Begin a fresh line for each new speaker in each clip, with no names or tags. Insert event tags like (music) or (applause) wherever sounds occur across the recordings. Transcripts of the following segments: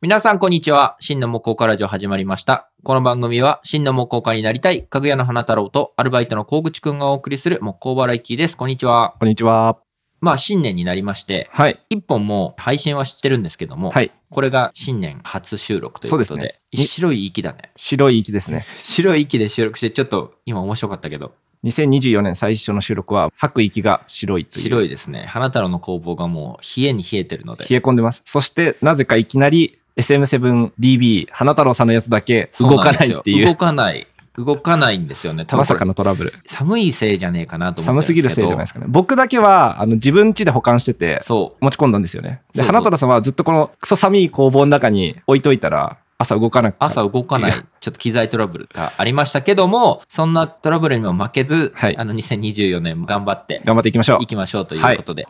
皆さん、こんにちは。真の木工家ラジオ始まりました。この番組は、真の木工家になりたい、かぐやの花太郎と、アルバイトの小口くんがお送りする木工バラエティです。こんにちは。
こんにちは。
まあ、新年になりまして、
はい。
一本もう配信はしてるんですけども、
はい。
これが新年初収録ということ
そ
で、
うです
白い息だね。
白い息ですね。
白い息で収録して、ちょっと今面白かったけど、
2024年最初の収録は、吐く息が白いという。
白いですね。花太郎の工房がもう冷えに冷えてるので、
冷え込んでます。そして、なぜかいきなり SM7DB、花太郎さんのやつだけ
そう
動
ん
か
で
な
す
い
よ
っていう、
動かない。動かないんですよね。多分
ま
こ
さ
れ
かのトラブル。
寒いせいじゃねえかなと思
寒
って
すぎるせいじゃないですかね。僕だけは、あの、自分家で保管してて、
そう。
持ち込んだんですよね。
そうそ
で、
う
花太郎さんはずっとこのクソ寒い工房の中に置いといたら、朝動かなくなる
朝動かない
いや、
ちょっと機材トラブルがありましたけども、そんなトラブルにも負けず、
はい
あの、2024年も頑張って
頑張っていきましょう
い。きましょうということで。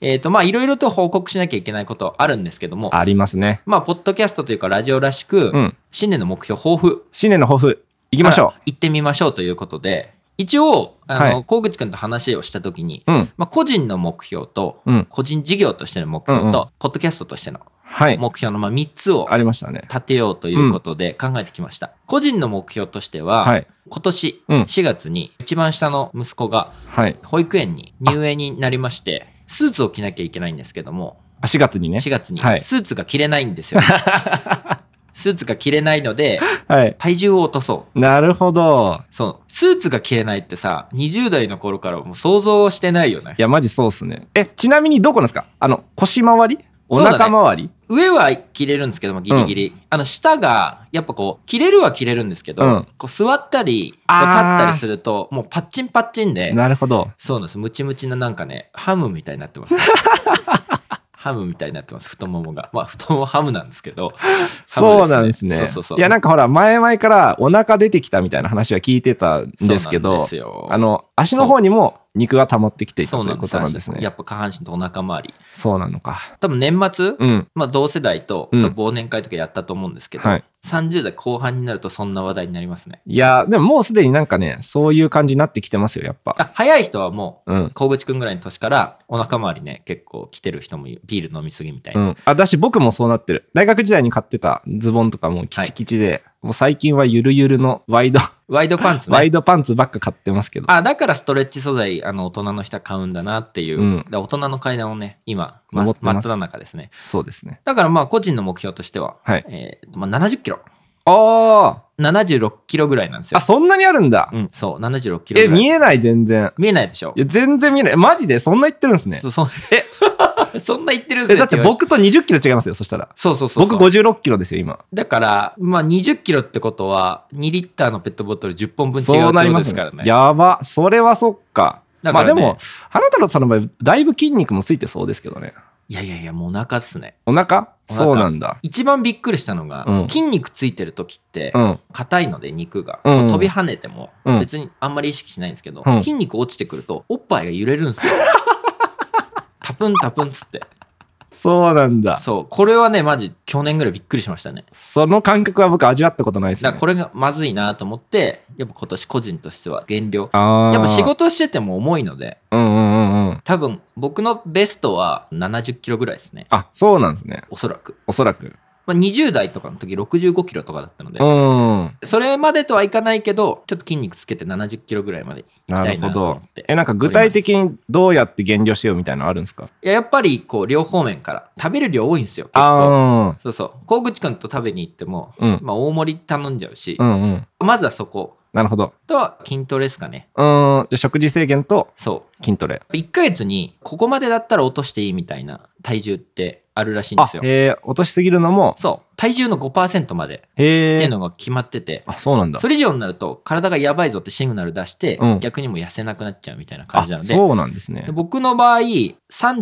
えっ、と、まあ、いろいろと報告しなきゃいけないことあるんですけども、
ありますね。
まあ、ポッドキャストというか、ラジオらしく、
うん。
新年の目標、抱負。
新年の抱負、いきましょ
行ってみましょうということで、一応、あの、
はい
小口くんと話をしたときに、
う。うん。
まあ、個人の目標と、
うん。
個人事業としての目標と、
うんうん
ポッドキャストとしての
はい。
目標の、まあ、3つを
ありましたね。
立てようということで考えてきました、個人の目標としては、
はい。
今年
うん
4月に一番下の息子が
はい。
保育園に入園になりましてスーツを着なきゃいけないんですけども
あ4月にね。
4月に
はい
スーツが着れないん
(laughs)
ですよ、スーツが着れないので
はい。
体重を落とそう
なるほど。
そうスーツが着れないってさ20代の頃からもう想像してないよね
いや、マジそうっすね。え、ちなみにどこなんですかあの、腰回りお
そうだね
腹回り、
上は着れるんですけどもギリギリ、あの下がやっぱこう着れるは着れるんですけど、
うん
こう座ったりこう立
あー
ったりするともうパッチンパッチンで
なるほど。
そうなんですムチムチのなんかねハムみたいになって
(laughs)
ます、ハムみたいになってます太ももがまあ太ももハムなんですけどハム
(laughs) そうなんですね。
そうそうそう
いや、なんかほら、前々からお腹出てきたみたいな話は聞いてたんですけ
そう
ど、
なんですよ
あの、足の方にも肉が溜まってきていたということなんです
や
ね。
っぱ下半身とお腹周り
そうなのか。
多分年末、
うん。
まあ、同世代と、
うん
あと忘年会とかやったと思うんですけど、
はい
30代後半になるとそんな話題になりますね
いや、でももうすでになんかね、そういう感じになってきてますよ、やっぱ。
あ早い人はもう
うん。
小口くんぐらいの年からお腹周りね結構来てる人もいるビール飲みすぎみたいうな、
ん、あだし僕もそうなってる大学時代に買ってたズボンとかもうキチキチで、もう最近はゆるゆるのワイド、
ワイドパンツね
ワイドパンツばっか買ってますけど
あだからストレッチ素材あの大人の人は買うんだなっていう、
うん
だから大人の階段をね今、ま、
登ってます
真っ只中ですね
そうですね
だからまあ個人の目標としては、
はい
えーまあ、70キロ
あ
76キロぐらいなんです
あ
よ
あそんなにあるんだ、
うんそう76キロ
え
ぐらい
見えない全然
見えないでしょ
いや全然見えないマジでそんな言ってるんですね
そそ (laughs) そんな言ってるん
え
ですね
だって
言われ
僕と2 0キロ違いますよそしたら
そうそうそうそう
僕5 6キロですよ今
だから、まあ、20キロってことは2リッターのペットボトル10本分違うって
そうなり
こと
ま
ですす
ね
からね
やばそれはそっか
だ
ま
から
あ
ね
でも花太郎さんの場合だいぶ筋肉もついてそうですけどね
いやいやいやもうお腹っすね
お腹
お腹
そうなんだ
一番びっくりしたのが、
うん
筋肉ついてる時って、
うん
硬いので肉が、
うんうん
飛び跳ねても
うん
別にあんまり意識しないんですけど、
うん
筋肉落ちてくるとおっぱいが揺れるんですよ (laughs) タプンタプンっつって
そうなんだ
そうこれはねマジ去年ぐらいびっくりしましたね
その感覚は僕味わったことないですね。
だからこれがまずいなと思ってやっぱ今年個人としては減量
あー
やっぱ仕事してても重いので
うんうんうんうん。
多分僕のベストは70キロぐらいですね
あ、そうなんですね。
おそらく、
おそらく。
まあ、20代とかの時65キロとかだったので、
うん。
それまでとはいかないけどちょっと筋肉つけて70キロぐらいまでいき
な
た
る
い
ほ
なと思
ど
って。
え、なんか具体的にどうやって減量しようみたいなのあるんですか
いややっぱりこう両方面から食べる量多いんですよ結構
あ
そうそう小口くんと食べに行っても、
あ。うん。
まあ、大盛り頼んじゃうし
う、んうん。
まずはそこ
なるほど。
と筋トレですかね
うん。じゃあ食事制限と
そ
筋トレ。
う1ヶ月にここまでだったら落としていいみたいな体重ってあるらしいんで
あ
す、よ
へえ、落としすぎるのも、
そう体重の5%までっ
へ
ていう
え。
のが決まってて
あ、そうなんだ。
それ以上になると体がやばいぞってシグナル出して、
うん
逆にもう痩せなくなっちゃうみたいな感
あ
じな、ので
そうなんですね
で。僕の場合3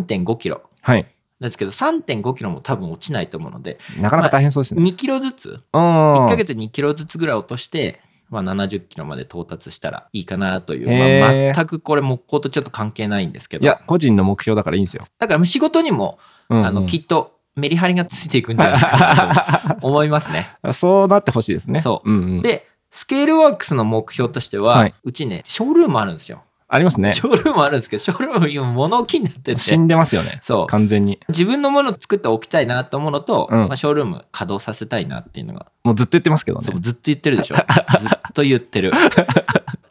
5キロ
はい。
なんですけど3 5キロも多分落ちないと思うので
なかなか大変そうですね。
2キロずつ
うん。
1ヶ月に2キロずつぐらい落として、まあ、70キロまで到達したらいいかなという、まあ
へー
全くこれ木工とちょっと関係ないんですけ
い
ど
や、個人の目標だからいいんですよ。
だから仕事にも、
うんうん
あのきっとメリハリがついていくんじゃないかなと思います
(laughs)
ね。
そうなってほしいですね。
そう
うんうん。
でスケールワークスの目標としては、
はいう
ちねショールームあるんですよ。
ありますね
シ。ョールームあるんですけど、ショールーム今物置になって
死
て、
んでますよね。
そう。
完全に。
自分のものを作っておきたいなと思うのと、
うん
まあ、ショールーム稼働させたいなっていうのが、
もうずっと言ってますけど
そう
ね。
ずっと言ってる
(laughs)
でしょずっと言ってる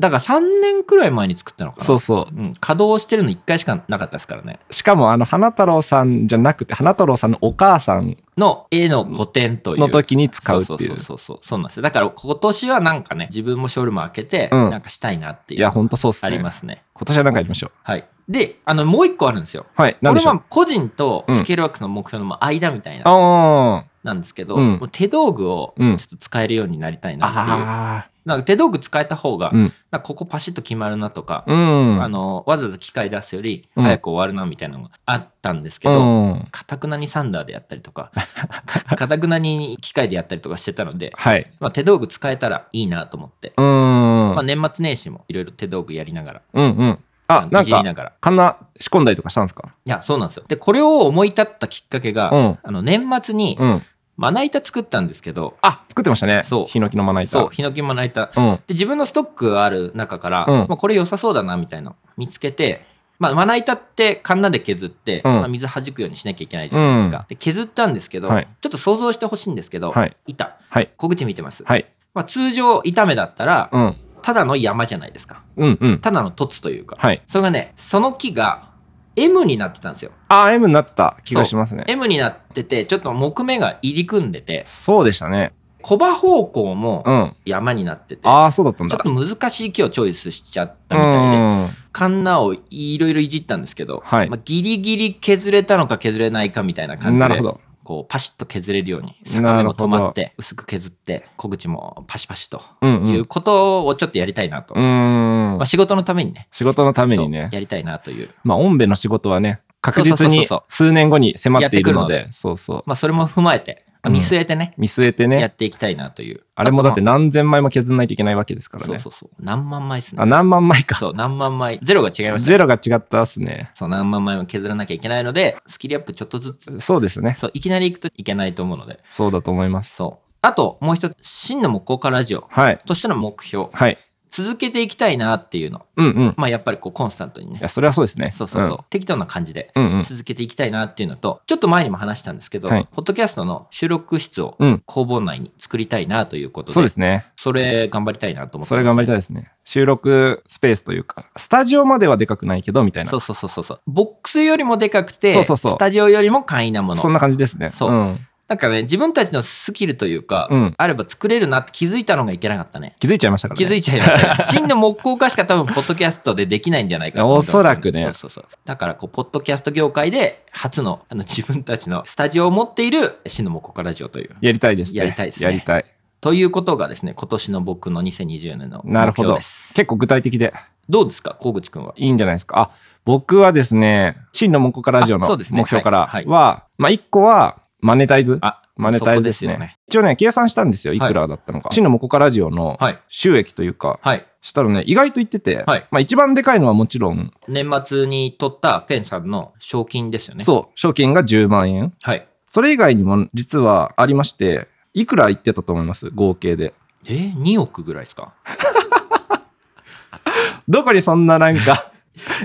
だから3年くらい前に作ったのかな
そうそう。
うん、稼働してるの1回しかなかったですからね
しかもあの花太郎さんじゃなくて花太郎さんのお母さん
の絵の個展という
の時に使うっていう
そうそうそうそうそうなんですよだから今年はなんかね自分もショールーム開けて
うん
なんかしたいなってい、
いうやほんとそうっすね
ありますね
今年は何かやりましょう
はいであのもう一個あるんですよ
はい
こ
何で
れ
しょう
は個人と
うん
スケールワークスの目標のまあ間みたいな、
あ
なんですけど、
うん
もう手道具をち
う
ょ
ん
っと使えるようになりたい
ー
なっていう、
あ
なんか手道具使えた方が、
ーうん
なんかここパシッと決まるなとか、
うん
あのわざわざ機械出すより
うん
早く終わるなみたいなのがあったんですけ
う
ど、
ん
かたくなにサンダーでやったりとか (laughs) かかたくなに機械でやったりとかしてたので、
はい
まあ、手道具使えたらいいなと思って、
うん
まあ、年末年始もいろいろ手道具やりながら
うんう
の
んあないん
じり
か
ながら
かんな仕込んだりとかしたんですか
いやそうなんですよでこれを思い立ったきっかけが、
うん
あの年末に
うん
まな板作ったんですけど、
あ作ってましたね
そう
ヒノキのまな板
そうヒノキまな板
うん
で自分のストックある中から、
うん
まあ、これ良さそうだなみたいな見つけて、まあ、まな板ってカンナで削って、
うん
まあ、水弾くようにしなきゃいけないじゃないですか、
うん
で削ったんですけど、
はい
ちょっと想像してほしいんですけど、
はい
板
はい
小口見てます、
はい
まあ、通常板目だったら、
うん
ただの山じゃないですか
うんうん
ただの凸というか、
はい
それがねその木が M になってたんですよ
あー M になってた気がしますね
M になっててちょっと木目が入り組んでて
そうでしたね
コバ方向も
うん
山になってて、
ああそうだったん
ちょっ
だ
と難しい木をチョイスしちゃった
う
みたいで、
ん
カンナをいろいろいじったんですけど、
はい
まあ、ギリギリ削れたのか削れないかみたいな感じ
な
で
るほど
こうパシッと削れるように坂目も止まっ
な
て薄く削って小口もパシパシと
うんう
い
ん
うことをちょっとやりたいなと、
うん
まあ、仕事のためにね
仕事のために
そう
ね
やりたいなという、
まあ、オンベの仕事はね、確
そうそうそ
実
う
に
そう
数年後に迫っているの
や
で、そうそう。
まあ、それも踏まえてあ
うん
見据えてね、
見据えて
やっ
ね、
ていきたいなという
あれもだって
と
何千枚も削んないといけないわけですか
まあそ
ら
う
ね
そ。うそう何万枚ですね
あ、何万枚か。
そう何万枚ゼロが違いましたね
ゼロが違ったっすね。
そう何万枚も削らなきゃいけないのでスキルアップちょっとずつ
そうですね。
そういきなりいくといけないと思うので
そうだと思います。
そう。あと、もう一つ、真の木工家ラジオ
はい。
としての目標。
はい。
続けていきたいなっていうの。
うんうん。
まあ、やっぱりこう、コンスタントに
い
ね
や、。それはそうですね。
そうそうそう。適当な感じで
うん。うんうん。
続けていきたいなっていうのと、ちょっと前にも話したんですけど、
はい
ポッドキャストの収録室を
うん
工房内に作りたいなということで、
そうですね。
それ頑張りたいなと思って
それ頑張りたい
い。
ですね。収録スペースというか、スタジオまではでかくないけど、みたいな
そ。うそうそうそうそう。ボックスよりもでかくて、
そうそうそう
スタジオよりも簡易なもの。
そんな感じですね。
そう
うん
なんかね、自分たちのスキルというか、
うん
あれば作れるなって気づいたのがいけなかったね。
気づいちゃいましたから
気
ね。
づいちゃいましたね。
(laughs)
真の木工家しか多分、ポッドキャストでできないんじゃないかと思ってます
おそらくね
そうそうそう。だから、こう、ポッドキャスト業界で、初の、あの、自分たちのスタジオを持っている、真の木工家ラジオという、
やりたいですね。
やりたいですね
やりたい。
ということがですね、今年の僕の2020年の
なる
目
ほ
標
ど。
で
結
す。
構具体的で。
どうですか、小口くんは。
いいんじゃないですか。あ、僕はですね、真の木工家ラジオ
あ
の
そうですね
目標からは、
はいはい
まあ、一個は、マネタイズ。
あ、
マネタイズです
そこ
ね。一応ね、計算したんですよ。いくらだったのか。真の木工家ラジオの
はい。
収益というか、
はい。
したらね、意外と言ってて、
はい
まあ、一番でかいのはもちろん、
年末に取ったペンさんの賞金ですよね。う。
そう、賞金が10万円。
はい。
それ以外にも実はありまして、いくら言ってたと思います合計で。
えー、2億ぐらいですか
どこにそんななん
(laughs)
か、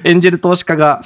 エンジェル投資家が、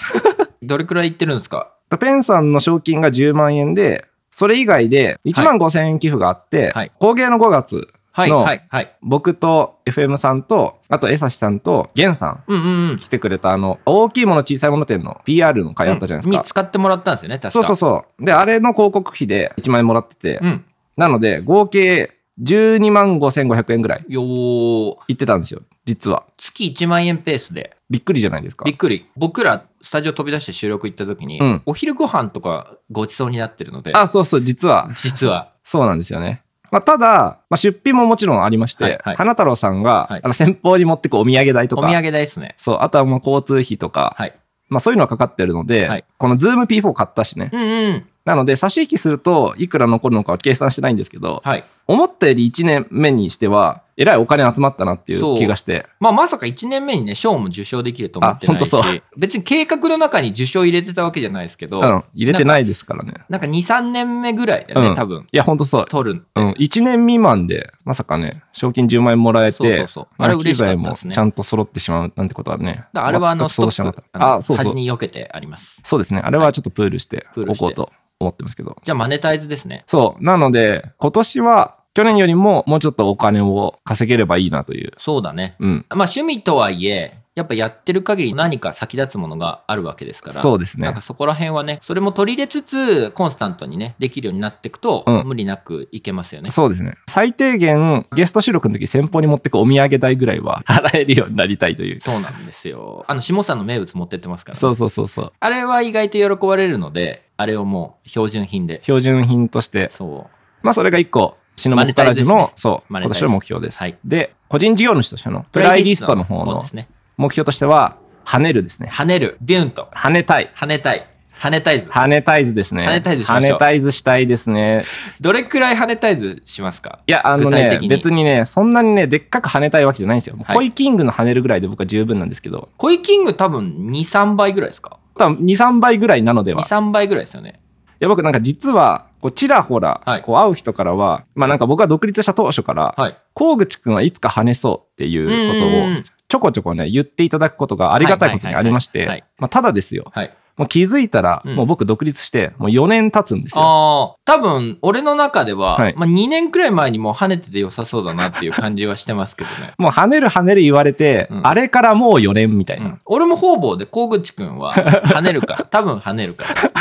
どれくらいいってるんですか
ペンさんの賞金が10万円で、それ以外で1万5000円寄付があって、
はい
工芸の5月、
はい、
の
はい、はい。
僕と FM さんと、あと江差さんと源さん
うんうんうん。
来てくれたあの、大きいもの小さいもの店の PR の会あったじゃない
うん
で
に
す
使
か。
ってもらったんですよね、確か
そうそうそう。で、あれの広告費で1万円もらってて、
うん。
なので合計12万5500円ぐらい
よー
行ってたんですよ、実は。
月1万円ペースで
びっくりじゃないですか
び。っくり僕らスタジオ飛び出して収録行った時に、
うん
お昼ご飯とかごちそうになってるので
あ、そうそう、実は
実は
そうなんですよね。まあ、ただ、まあ、出費ももちろんありまして、
はいはい
花太郎さんが、
はい
あの先方に持ってくお土産代 (laughs) と
お
か、
土産代ですね
そう、あとはもう交通費とか、
はい
まあ、そういうのがかかってるので、
はい
この ZoomP4 買ったしね、
うんうん
なので、差し引きするといくら残るのかは計算してないんですけど、
はい
思ったより1年目にしては、えらいお金集まったなっていう気がして。
まあまさか1年目にね、賞も受賞できると思ってないし、
あほんとそ
別に計画の中に受賞入れてたわけじゃないですけど、
うん。入れてないですからね。
なんか2、3年目ぐらいだよね、
うん
多分。
いや、ほんとそう。
取る。
うん。1年未満で、まさかね、賞金10万円もらえて、
そうそうそうあれ嬉しかったですね
機材もちゃんと揃ってしまうなんてことはね。
だからあれはあの、ス
全
ト
く想像してな
ッ
か
ク
っ、
あ
た
の
あ、そうそう
端。に避けてあります。
そうですね。あれはちょっとプールして
プール
お
して
こうと思ってますけど。
じゃあマネタイズですね。
そう。なので、今年は去年よりももうちょっとお金を稼げればいいなという。
そうだね。
うん。
まあ趣味とはいえ、やっぱやってる限り何か先立つものがあるわけですから。
そうです
なん
ね
か。そこら辺はね、それも取り入れつつ、コンスタントにね、できるようになっていくと、
うん
無理なくいけますよね。
そうですね。最低限、ゲスト収録の時先方に持ってくお土産代ぐらいは (laughs) 払えるようになりたいという。
そうなんですよ。あの、下さんの名物持ってってますからね、
そうそうそうそう。
あれは意外と喜ばれるので、あれをもう標準品で。
標準品として。
そ
まあ、それが一個、シノモッカラジの、
マネタイズですね
そう、
マ
今
ネタイズ
年の目標です。
はい
で、個人事業主としての
う。
プライリストの
プ
方
ライリ
の
ですね。
目標としては、跳ねるですね。
跳ねる。ビューンと。
跳ねたい。
跳ねたい。跳ねたいズ。
跳ねたいずですね。
跳ねたいずしましょう
跳ねたいずしたいですね。
どれくらい跳ねたいズしますか
いや、あの
具体
ね
的に、
別にね、そんなにね、でっかく跳ねたいわけじゃないんですよ。もう
はい
コイキングの跳ねるぐらいで僕は十分なんですけど、
コイキング多分2、3倍ぐらいですか
多分2、3倍ぐらいなので
?2、
は。い
3倍ぐらいですよね。
や、僕なんか実は、こう、ちらほら
はい、
こう、会う人からは、まあなんか僕は独立した当初から、
はい。
河口くんはいつか跳ねそうっていうこと
うんうんう
を
ん、
ちょこちょこね、言っていただくことがありがたいことにありまし
はいはいはい
て
は、
まあただですよ、
はい。
もう気づいたら、
うん
もう僕独立して、もう4年経つんですよ。
ああ、多分、俺の中では、
はい。
まあ、2年くらい前にもう跳ねてて良さそうだなっていう感じはしてますけどね
(laughs) もう跳ねる跳ねる言われて、
うん
あれからもう4年みたいうな。
ん、俺も方々で、小口くんは、跳ねる
(laughs)
から、多分跳ねるからっつって、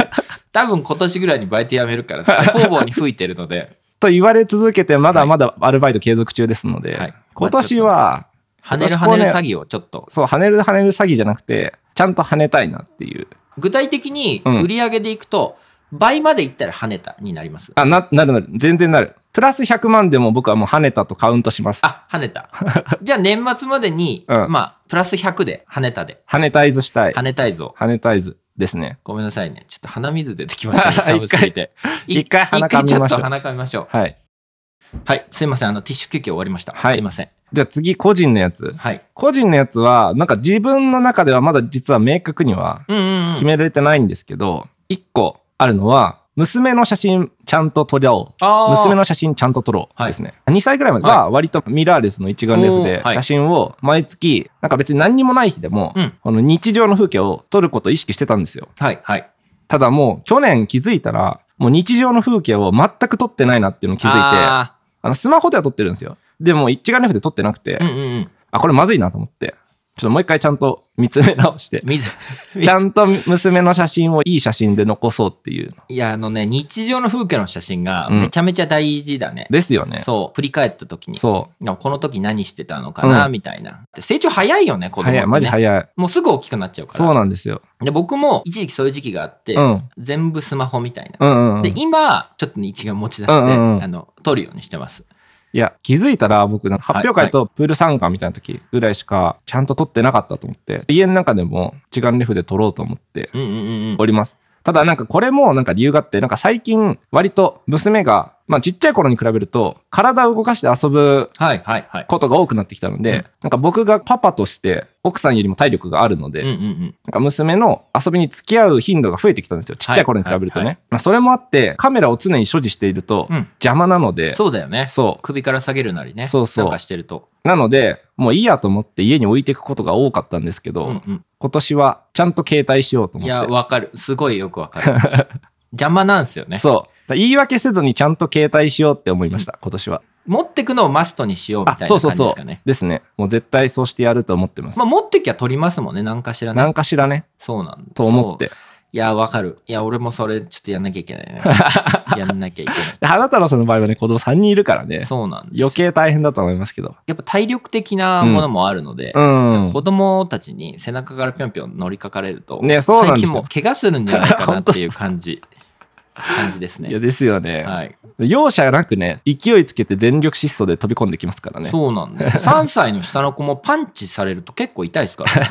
多分今年ぐらいにバイト辞めるからっつって、方々に吹いてるので、
と言われ続けて、まだまだアルバイト継続中ですので、
はい
今年は、
跳ねる
今年
跳
も
ね
ね
る詐欺をちょっと、
そう、跳ねる跳ねる詐欺じゃなくて、ちゃんと跳ねたいなっていう。
具体的に
うん
売り上げでいくと、倍までいったら跳ねたになります。
あ、な、なるなる。全然なる。プラス100万でも僕はもう跳ねたとカウントします。
あ、跳ね
(laughs)
た。じゃあ年末までに、
うん
まあ、プラス100で跳ねたで、
跳ねたいずしたい
跳。ねたいぞ。
跳ねたいずですね。
ごめんなさいね。ちょっと鼻水出てきま
(laughs)
したね。寒すぎて。
一回
一
鼻
回
か
ち
み
ょっ
まし
と
ょう。
鼻かみましょ
はい。
う。はい。すいません。あの、ティッシュ休憩終わりました。
はい
すいません。
じゃあ次、個人のやつ。
はい。
個人のやつは、なんか自分の中ではまだ実は明確には
うんうん、う
決
ん。
められてないんですけど、一個あるのは、娘の写真ちゃんと撮り合おう。
あー
娘の写真ちゃんと撮ろう
はい
ですね、2歳ぐらいまでは割とミラーレスの一眼レフで
おーはい
写真を毎月なんか別に何にもない日でも、
うん
この日常の風景を撮ることを意識してたんですよ
はい。はい。
ただもう去年気づいたらもう日常の風景を全く撮ってないなっていうのを気づいてあ
あ
のスマホでは撮ってるんですよでも一眼レフで撮ってなくて、
ーうんうんうん。
あこれまずいなと思ってちょっともう一回ちゃんと見つめ直して
水。 (laughs)
ちゃんと娘の写真をいい写真で残そうっていう
いや、あのね、日常の風景の写真がめちゃめちゃ大事だね。
ですよね
そう。振り返った時に。
そう
いやこの時何してたのかな、
うん
みたいな。で成長早いよね、子供って、ね。
早いマジ早い
もうすぐ大きくなっちゃうから。
そうなんですよ
で、僕も一時期そういう時期があって、
うん
全部スマホみたいな。
うんうんうん
で、今、ちょっとね、一眼持ち出して、
うんうんうん
あの、撮るようにしてます。
いや、気づいたら僕、発表会とプール参加みたいな時ぐらいしかちゃんと撮ってなかったと思って、家の中でも一眼レフで撮ろうと思って
うんうんうんうん
お。ります。ただなんかこれもなんか理由があって、なんか最近割と娘が、まあちっちゃい頃に比べると体を動かして遊ぶ
はいはいはい。
ことが多くなってきたので、
うん
なんか僕がパパとして奥さんよりも体力があるので、
うんうんうん。
なんか娘の遊びに付き合う頻度が増えてきたんですよ。ちっちゃい頃に比べるとね。
はいはい
まあそれもあって、カメラを常に所持していると
うん
邪魔なので、
そうだよね。
そう。
首から下げるなりね。
そうそう
なんかしてると。
なので、もういいやと思って家に置いていくことが多かったんですけ
う
ど、
ん
今年はちゃんと携帯しようと
うん。
思
いや、
っ
わかる。すごいよくわかる。
(laughs)
邪魔なんですよ
て。
ね。
そう。だから言い訳せずにちゃんと携帯しようって思いました、今年は。
持ってくのをマストにしようみたい
あ、
な
そ
感
う
じ
そう
ですかね。
そう。ですね。もう絶対そうしてやると思ってます。
まあ、持ってきゃ取りますもんね。なんかしらね。
何かしらね、
そうなんだ
と思っ。
そう
て。
いや、わかる。いや、俺もそれ、ちょっとやんなきゃいけないね。やんなきゃい
(laughs)
けな
で花太郎さんの場合はね、子供3人いるからね
い。、そうなんで
余
すよ。
計大変だと思いますけど。
やっぱ体力的なものもあるので、
うん。
子供たちに背中からぴょんぴょん乗りかかれると、
ねそうなんですよ
最近もう怪我するんじゃないかなっていう感
(laughs)
じ、感じです
いや、
ね。
ですよね。
はい。
容赦なくね、勢いつけて全力疾走で飛び込んできますからね。 (laughs) (laughs)
そうなんですよ。3歳の下の子もパンチされると結構痛いですからね。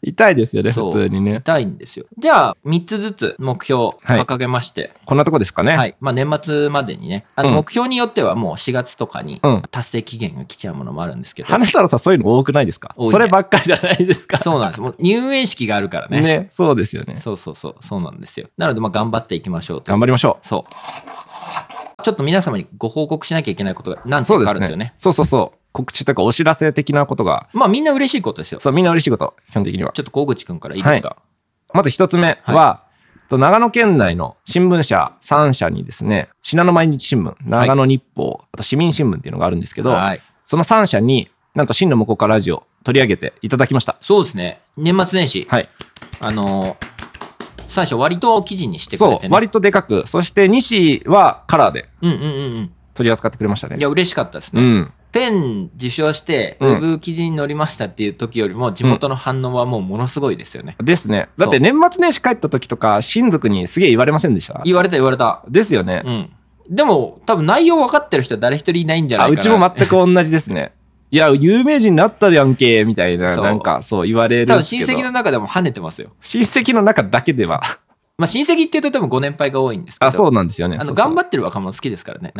痛いですよね、
そう
普通にね。
痛いんですよ。じゃあ、3つずつ目標
はい
掲げまして、
こんなとこですかね。
はい。まあ、年末までにね、あの、
うん
目標によってはもう4月とかに
うん
達成期限が来ちゃうものもあるんですけど、
花太郎さん、そういうの多くないですか、
多いね
そればっかりじゃないです
(laughs)
か。
そうなんです。もう入園式があるからね。
ねそうですよね。
そうそうそう、そうなんですよ。なので、まあ、頑張っていきましょうと。
頑張りましょ
そう。ちょっと皆様にご報告しなきゃいけないことが
う。
何
そう
点
で
かある
す
んです
ね。
よね。
そうそうそう。告知というかお知らせ的なことが、
まあ、みんな嬉しいことですよ。
そう、みんな嬉しいこと、基本的には。
ちょっと小口くんからいいですか、
まず一つ目は、と長野県内の新聞社3社にですね、信濃毎日新聞、長野日報、あと市民新聞っていうのがあるんですけど、
はい。
その3社になんと真の向こうからラジオ取り上げていただきました。
そうですね。年末年始、
はい。
あのー最初割と記事にしてくれ
そ
てね。
う、割とでかく、そして西はカラーで
うんうんうん
取り扱ってくれました
う
ね
ん。い。や、嬉しかったです
う
ね。
ん。
ペン受賞して、ウ
うん
ェブ記事に載りましたっていう時よりも、地元の反応はもうものすごいですよね。
ですね。だって年末年始帰った時とか、親族にすげえ言われませんでした
言われた言われた。
ですよね
う。ん。でも、多分内容分かってる人は誰一人いないんじゃな
あ
いかな。
うちも全く同じで
(laughs)
すね。いや、有名人になったやんけ、みたいな、
そう
なんかそう言われるん
多
で
分
す
親
けど。
戚の中でも跳ねてますよ。
親戚の中だけでは。
まあ親戚っていうと多分ご年配が多いんですけど。
あ、そうなんですよね。
あ
そ
の
うそう
頑張ってる若者好きですからね。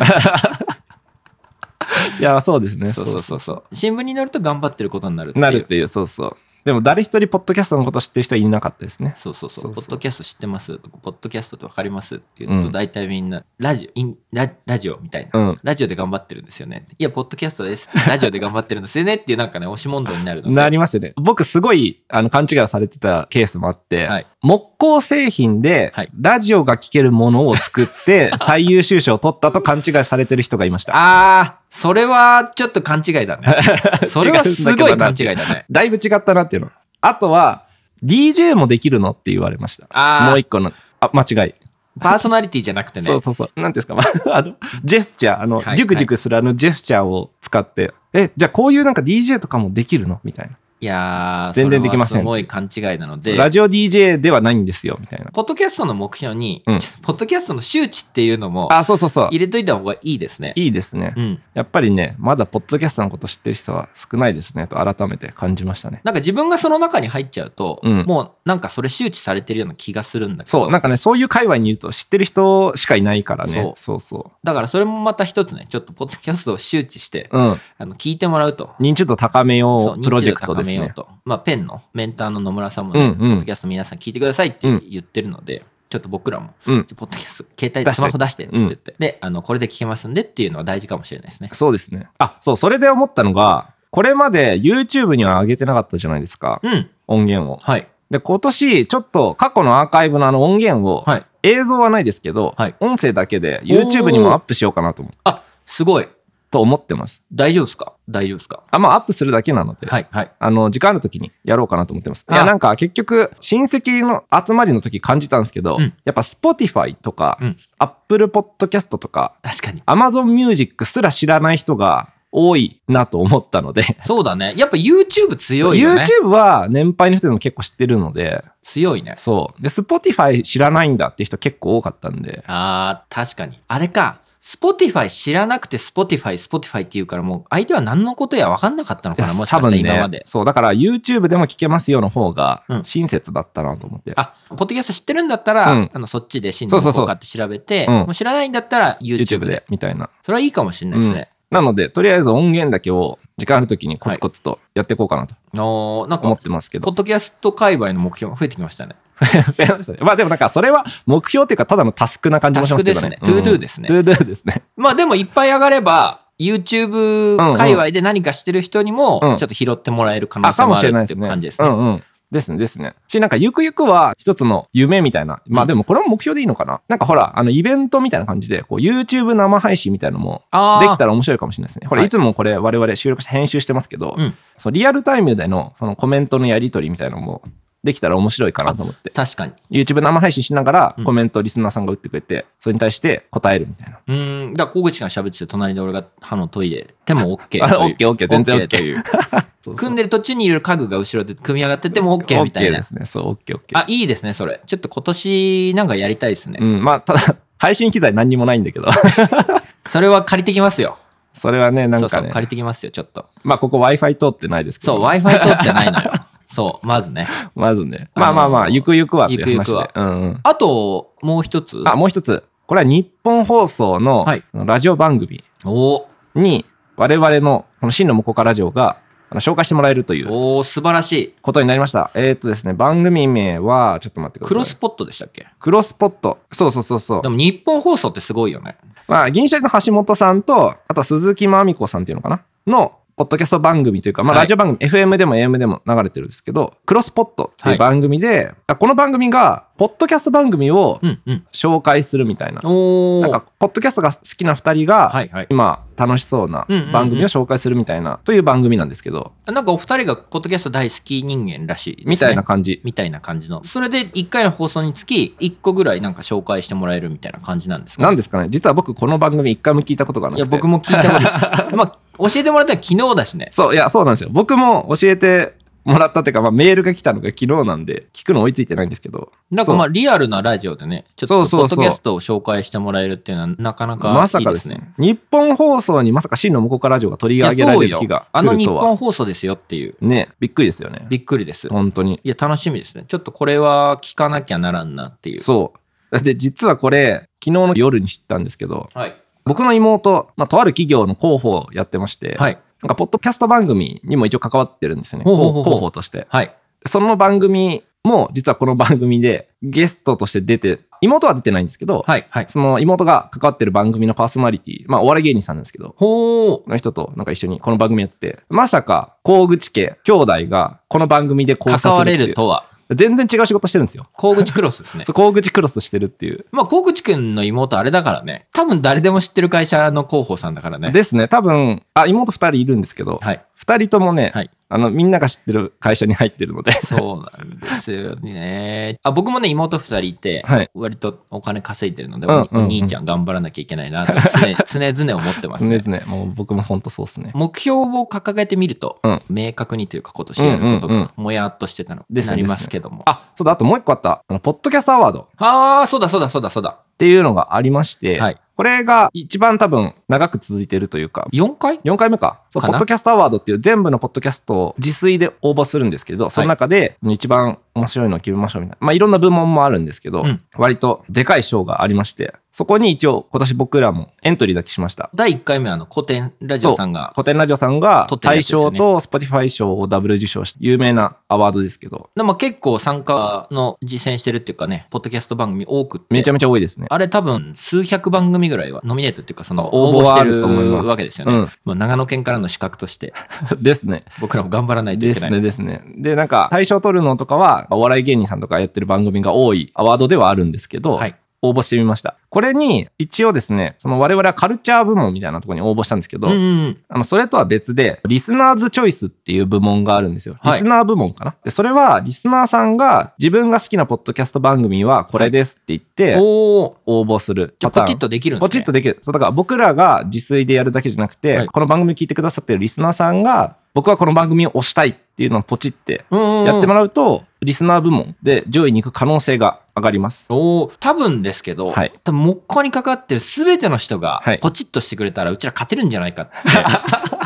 いや、そうです (laughs) ね。
そうそうそうそう。新聞に載ると頑張ってることになるっていう
なるという、そうそう。でも、誰一人、ポッドキャストのこと知ってる人はいなかったですね。
そうそうそう
そうそう
ポッドキャスト知ってますとかポッドキャストって分かりますって言う
う
と
ん
大体みんな、ラジオインララジオみたいな、
うん。
ラジオで頑張ってるんですよねいやポッドキャストですラジオで頑張ってるんですよねっていうなんかね押し問答になるので
なりますよね。僕、すごい、あの、勘違いをされてたケースもあって、
はい
木工製品で
はい、
ラジオが聴けるものを作
(laughs)
って、最優秀賞を取ったと勘違いされてる人がいました。
あーそれはちょっと勘違いだね
(laughs)
それはすごい勘違いだね
だいぶ違ったなっていうの。あとは、DJ もできるのって言われました。
あ
もう
ー
一個の、あ、間違い。
パーソナリティじゃなくてね
そうそうそう。なんていうんですか、まああ (laughs) の、ジェスチャー、あの、
はい
ジュクジュクするあのジェスチャーを使って、え、じゃあこういうなんか DJ とかもできるのみたいな。
いやー
全然できません
それはすごい勘違いなので
ラジオ DJ ではないんですよ、みたいな。
ポッドキャストの目標に、
うん
ポッドキャストの周知っていうのも
あ、そうそうそう。
入れといた方がいいですね
いいですね。
うん
やっぱりね、まだポッドキャストのこと知ってる人は少ないですね、と改めて感じましたね。
なんか自分がその中に入っちゃうと、
うん
もうなんかそれ周知されてるような気がするんだけど
そう、なんかね、そういう界隈にいると知ってる人しかいないからね。そうそ
だからそれもまた一つねちょっとポッドキャストを周知して、
ううん。
あの聞いてもらうと。
認知度高めよ
そうう
プロジェ
認
ク
知
ト
度
で
高め
す
よう
ね。
と、まあ、ペンのメンターの野村さんもね、
うんうん
ポッドキャスト皆さん聞いてくださいって言ってるので、ちょっと僕らも、
うん
じゃあポッドキャスト携帯
出して
スマホ出してっつって言って、であのこれで聞けますんでっていうのは大事かもしれないですね
そうですね。あ、そう、それで思ったのが、これまで YouTube には上げてなかったじゃないですか、
うん
音源を。
はい
で、今年、ちょっと過去のアーカイブのあの音源を、
はい
映像はないですけど、
はい
音声だけで YouTube にもアップしようかなと思
あすごい
と思ってます。
大丈夫ですか大丈夫ですか
あ、まあ、アップするだけなので、
はいはい
あの、時間ある時にやろうかなと思ってます。いや、
あ
なんか結局、親戚の集まりの時感じたんですけど、
うん
やっぱ Spotify とか、
うん
Apple Podcast とか、
確かに
Amazon Music すら知らない人が多いなと思ったので、
そうだねやっぱ YouTube 強いよね
YouTube は年配の人でも結構知ってるので、
強いね
そう。で、Spotify 知らないんだって人結構多かったんで、
あー確かにあれか Spotify 知らなくて Spotify、Spotify って言うからもう相手は何のことや分かんなかったのかなもしかしたら今まで。
そう、だから YouTube でも聞けますよの方が
うん
親切だったなと思って。
あ、ポッドキャスト知ってるんだったら、
うん
あのそっちで診
そう
断
そうそう
効果って調べて、
うん
もう知らないんだったら YouTube
YouTube
で。
で、みたいな。
それはいいかもしれないですね。
なので、とりあえず音源だけを時間ある時にコツコツとやっていこうかなと
おーなん
思
か
っ、てますけ
ポ
ど。
ッドキャスト界隈の目標が増えてきましたね。
増えましたね (laughs) まあでもなんかそれは目標っていうかただのタスクな感じもしますけどね。
タスクですね to do ですね
トゥードゥですね。
まあでもいっぱい上がれば、YouTube
うんうん
界隈で何かしてる人にも
うん
ちょっと拾ってもらえる可能
(laughs) あ、
性
かも
もあ
しれ
る
ない
って
です
い
ね。
う感じですね。
うんうん。ですね、ですね。し、なんかゆくゆくは一つの夢みたいな。まあでもこれも目標でいいのかな。なんかほら、あのイベントみたいな感じで、こう YouTube 生配信みたいなのも
あー
できたら面白いかもしれないですね。ほら、
はい
い、つもこれ我々収録して編集してますけど、
うん
そうリアルタイムでのそのコメントのやり取りみたいなのもできたら面白いかなと思って。
確かに。
YouTube 生配信しながら
うん
コメントをリスナーさんが打ってくれて、それに対して答えるみたいな。
うーん、だから、小口が喋ってて、隣で俺が歯のトイレ、手も OK という。
(laughs) あ OK OK 全然 OK
という。
そうそう
組んでる途中にいる家具が後ろで組み上がってても OK みたい
OK
な
で。すね。そう、OK、OK。
あ、いいですね、それ。ちょっと今年なんかやりたいですね
う。ん、まあただ、配信機材何にもないんだけど、 (laughs)
それは借りてきますよ。
それはね、なん
そうそ
か
う、
ね、
借りてきますよ、ちょっと。
まあここ Wi-Fi 通ってないですけど、
そう、Wi-Fi 通ってないのよ。そう、まずね。
まずね。まあまあま
あ
あ、
のー
ゆくゆくはっていう話で。
ゆくゆくは
うんうん。
あと、もう一つ。
あ、もう一つ。これは日本放送の
はい
ラジオ番組
お
に、我々のこの真のモコカラジオがあの紹介してもらえるという
おー素晴らしい。
ことになりました。えーっ、とですね、番組名は、ちょっと待ってくださ
ク
い。
ロスポットでしたっけ
クロスポット。そうそうそうそう
で。も日本放送ってすごいよね。
まあ、銀シャリの橋本さんと、あと鈴木まみこさんっていうのかなの、ポッドキャスト番組というか、まあ、
はい
ラジオ番組、FM でも AM でも流れてるんですけど、クロスポットっていう番組で、あこの番組が、ポッドキャスト番組を
うんうん。
紹介するみたいな。
おお
なんか、ポッドキャストが好きな2人が、
はいはい。
今、楽しそうな
うんうんうん
番組を紹介するみたいな、という番組なんですけど、
なんかお二人がポッドキャスト大好き人間らしいですね、
みたいな感じ。
みたいな感じの。それで1回の放送につき1個ぐらいなんか紹介してもらえるみたいな感じなんですか
なんですかね実は僕、この番組一回も聞いたことが
い
なくて。
や、僕も聞いた
(laughs)
ことまあ、教えてもらったのは昨日だしね。
そう、いや、そうなんですよ。僕も教えてもらったっていうか、まあ、メールが来たのが昨日なんで、聞くの追いついてないんですけど。
なんかまあ、リアルなラジオでね、ちょっと
そ
ポ
う
ッ
そうそ
ド
う
キャストを紹介してもらえるっていうのはなかなかいいですね。
まさかですね。日本放送にまさか真の向こうからラジオが取
い
り
や、
上げら
そ
れ
う
る
よ
日が。
あ
来
の
る
日
とは。
本放送ですよっていう。
ね、びっくりですよね。
びっくりです。
本当に。
いや、楽しみですね。ちょっとこれは聞かなきゃならんなっていう。
そう。だって実はこれ、昨日の夜に知ったんですけど、
はい。
僕の妹、まあ、とある企業の広報をやってまして、
はい。
なんか、ポッドキャスト番組にも一応関わってるんですよね。
ほうほうほう
広報として。
はい。
その番組も、実はこの番組で、ゲストとして出て、妹は出てないんですけど、
はい。はい。
その妹が関わってる番組のパーソナリティ、まあお笑い芸人さんなんですけど、
ほう。
の人となんか一緒にこの番組やってて、まさか、高口家兄弟がこの番組で交差する
関わ
ってい
れ
う
るとは。
全然違う仕事してるんですよ。
高口クロスですね
(laughs) そ。う高口クロスしてるっていう。
まあ、高口くんの妹あれだからね。多分誰でも知ってる会社の広報さんだからね。
ですね、多分、あ、妹二人いるんですけど、
はい。
二人ともね、
はい
あの、みんなが知ってる会社に入ってるので、
そうなんですよね。あ、僕もね、妹二人いて、
はい
割とお金稼いでるので、
うんうんうん
お兄ちゃん頑張らなきゃいけないなと
(laughs)
常々常々思ってます
常
ね。
々、もう僕も本当そうですね。
目標を掲げてみると、
うん
明確にというか今年やること
うんうん
がもやっとしてたの
で
です
ね
なりますけども。
あ、そうだ、あともう一個あった、あの、ポッドキャストアワード
ああー、そうだそうだそうだそうだ。
っていうのがありまして、
はい
これが一番多分長く続いてるというか、
4回
4回目か。そう、
か
ポ
な
ッドキャストアワードっていう全部のポッドキャストを自炊で応募するんですけど、その中で一番面白いのを決めましょうみたいな。まあいろんな部門もあるんですけど、
うん
割とでかい賞がありまして、そこに一応今年僕らもエントリーだけしました。
第1回目はあの古典ラジオさんが、
古典ラジオさんが
取ってるやつ
大
ですよ
賞
ね
と Spotify 賞をダブル受賞した有名なアワードですけど、
でも結構参加の実践してるっていうかね、ポッドキャスト番組多くって。
めちゃめちゃ多いですね。
あれ多分数百番組ぐらいはノミネートっていうかその応募
応募
し
は
て
ある
る
と思います
わけですよね。
うん
もう長野県からの資格として
(laughs) ですね。
僕らも頑張らないとい
で
けな
す
い。
ね、ですね。で、なんか、大賞取るのとかは、お笑い芸人さんとかやってる番組が多いアワードではあるんですけど、
はい。
応募してみました。これに、一応ですね、その我々はカルチャー部門みたいなところに応募したんですけど、
うんうん。
あの、それとは別で、リスナーズチョイスっていう部門があるんですよ。リ
はい
スナー部門かな。で、それは、リスナーさんが自分が好きなポッドキャスト番組はこれですって言って、
おお。
応募する
じゃ
パ
あポ
ターン。
チッとできるんです
ポ
ね。
チッとできる。そう、だから僕らが自炊でやるだけじゃなくて、
はい
この番組聞いてくださってるリスナーさんが、僕はこの番組を推したいっていうのをポチって
うんうん。
やっても
ら
らうと、リスナー部門で上位に行く可能性が上がります。
う。おお。多分ですけど、
はい
多分木工にかかってる全ての人が
はい
ポチッとしてくれたらうちら勝てるんじゃないか
(laughs)
って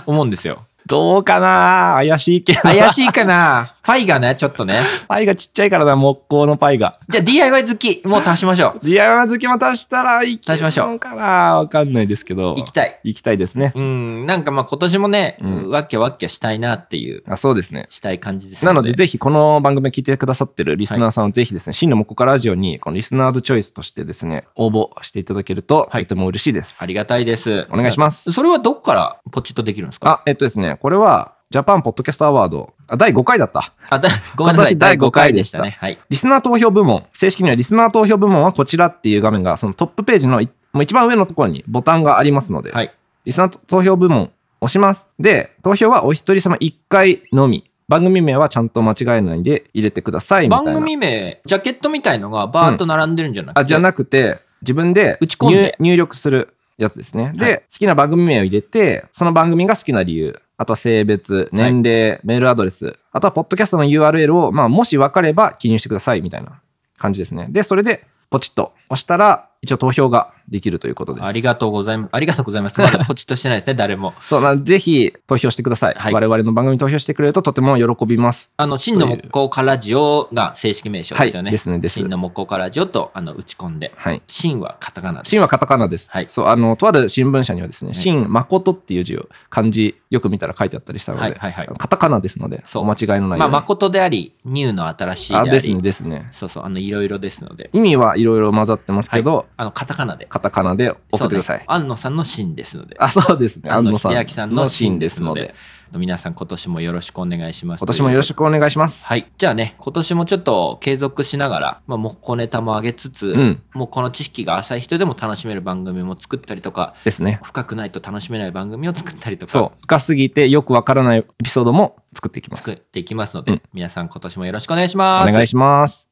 思うんですよ。
どうかな怪しいけど。 (laughs)
怪しいかなファイがね、ちょっとね。
パイがちっちゃいからな、木工のパイが。
じゃあ DIY 好き、もう足しましょ
リアル好きも足したらいい
足しましょう
かなわかんないですけど。
う。行きたい。
行きたいですね。
うん、なんかまあ今年もね、
うん
わっきゃわっきゃしたいなっていう、
あそうですね。
したい感じです
なので、ぜひこの番組を聞いてくださってるリスナーさんをぜひですね、真の木工ラジオに、このリスナーズチョイスとしてですね、応募していただけると、
はい
とても嬉しいです。
ありがたいです。
お願いします。
それはどこからポチッとできるんですか
あ、えっとですね、これは、ジャパンポッドキャストアワード、あ第5回だった。
あ、だごめんなさい、
今年第
第5
五
回
回
で
で
し
したた
ね。はい。
リスナー投票部門、正式にはリスナー投票部門はこちらっていう画面が、そのトップページのいもう一番上のところにボタンがありますので、
はい。
リスナー投票部門押します。で、投票はお一人様1回のみ。番組名はちゃんと間違えないで入れてくださいみたい
番
な。
組名、ジャケットみたいのがバーッと並んでるんじゃない、
あじゃなくて、自分で
打ち込んで
入入力するやつですね。で、
は
好きな番組名を入れて、その番組が好きな理由、あとは性別、年齢、メールアドレス、あとはポッドキャストの URL を、まあ、もし分かれば記入してくださいみたいな感じですね。で、それでポチッと押したら、一応投票ができるということです。
ありがとうございます。ありがとうございます。まだポチッとしてないですね、誰
(laughs)
も。
そうなぜひ投票してください,、
はい
我々の番組に投票してくれるととても喜びます。
あの、真の木工家ラジオが正式名称ですよね。
はいですねです
真の木工家ラジオと、あの、打ち込んで。
はい。
真はカタカナです。
真はカタカナです。
はい
そうあのとある新聞社にはですね、
い
真誠っていう字を漢字よく見たら書いてあったりしたので、
はいはいはい
あのカタカナですので、
そう
お間違いのない
ま
よ
あ、
うに。
誠であり、ニューの新しいであ
あ
り。
ですねですね。
そうそう、あの、いろいろですので。
意味はいろいろ混ざってますけど、
あの、カタカナで。
カタカナで送ってくだ
そ
さい。
うね安野さんの真ですので。
あ、そうですね。
安
安
野
野さん
秀明さんの真
真
ですので。。皆さん、今年もよろしくお願いします。
今年もよろしくお願いします。
はい。じゃあね、今年もちょっと継続しながら、まあ、木工ネタも上げつつ、
うん
もうこの知識が浅い人でも楽しめる番組も作ったりとか、
ですね。
深くないと楽しめない番組を作ったりとか、
そう。深すぎてよくわからないエピソードも作っていきます。
作っていきますので、
うん
皆さん今年もよろしくお願いしま
お
す。
願いします。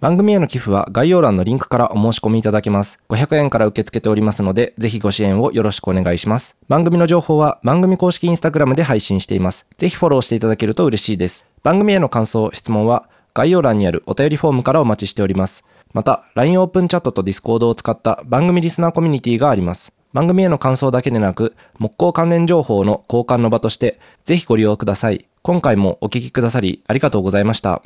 番組への寄付は概要欄のリンクからお申し込みいただけます。500円から受け付けておりますので、ぜひご支援をよろしくお願いします。番組の情報は番組公式インスタグラムで配信しています。ぜひフォローしていただけると嬉しいです。番組への感想、質問は概要欄にあるお便りフォームからお待ちしております。また、LINE オープンチャットと Discord を使った番組リスナーコミュニティがあります。番組への感想だけでなく、木工関連情報の交換の場として、ぜひご利用ください。今回もお聞きくださりありがとうございました。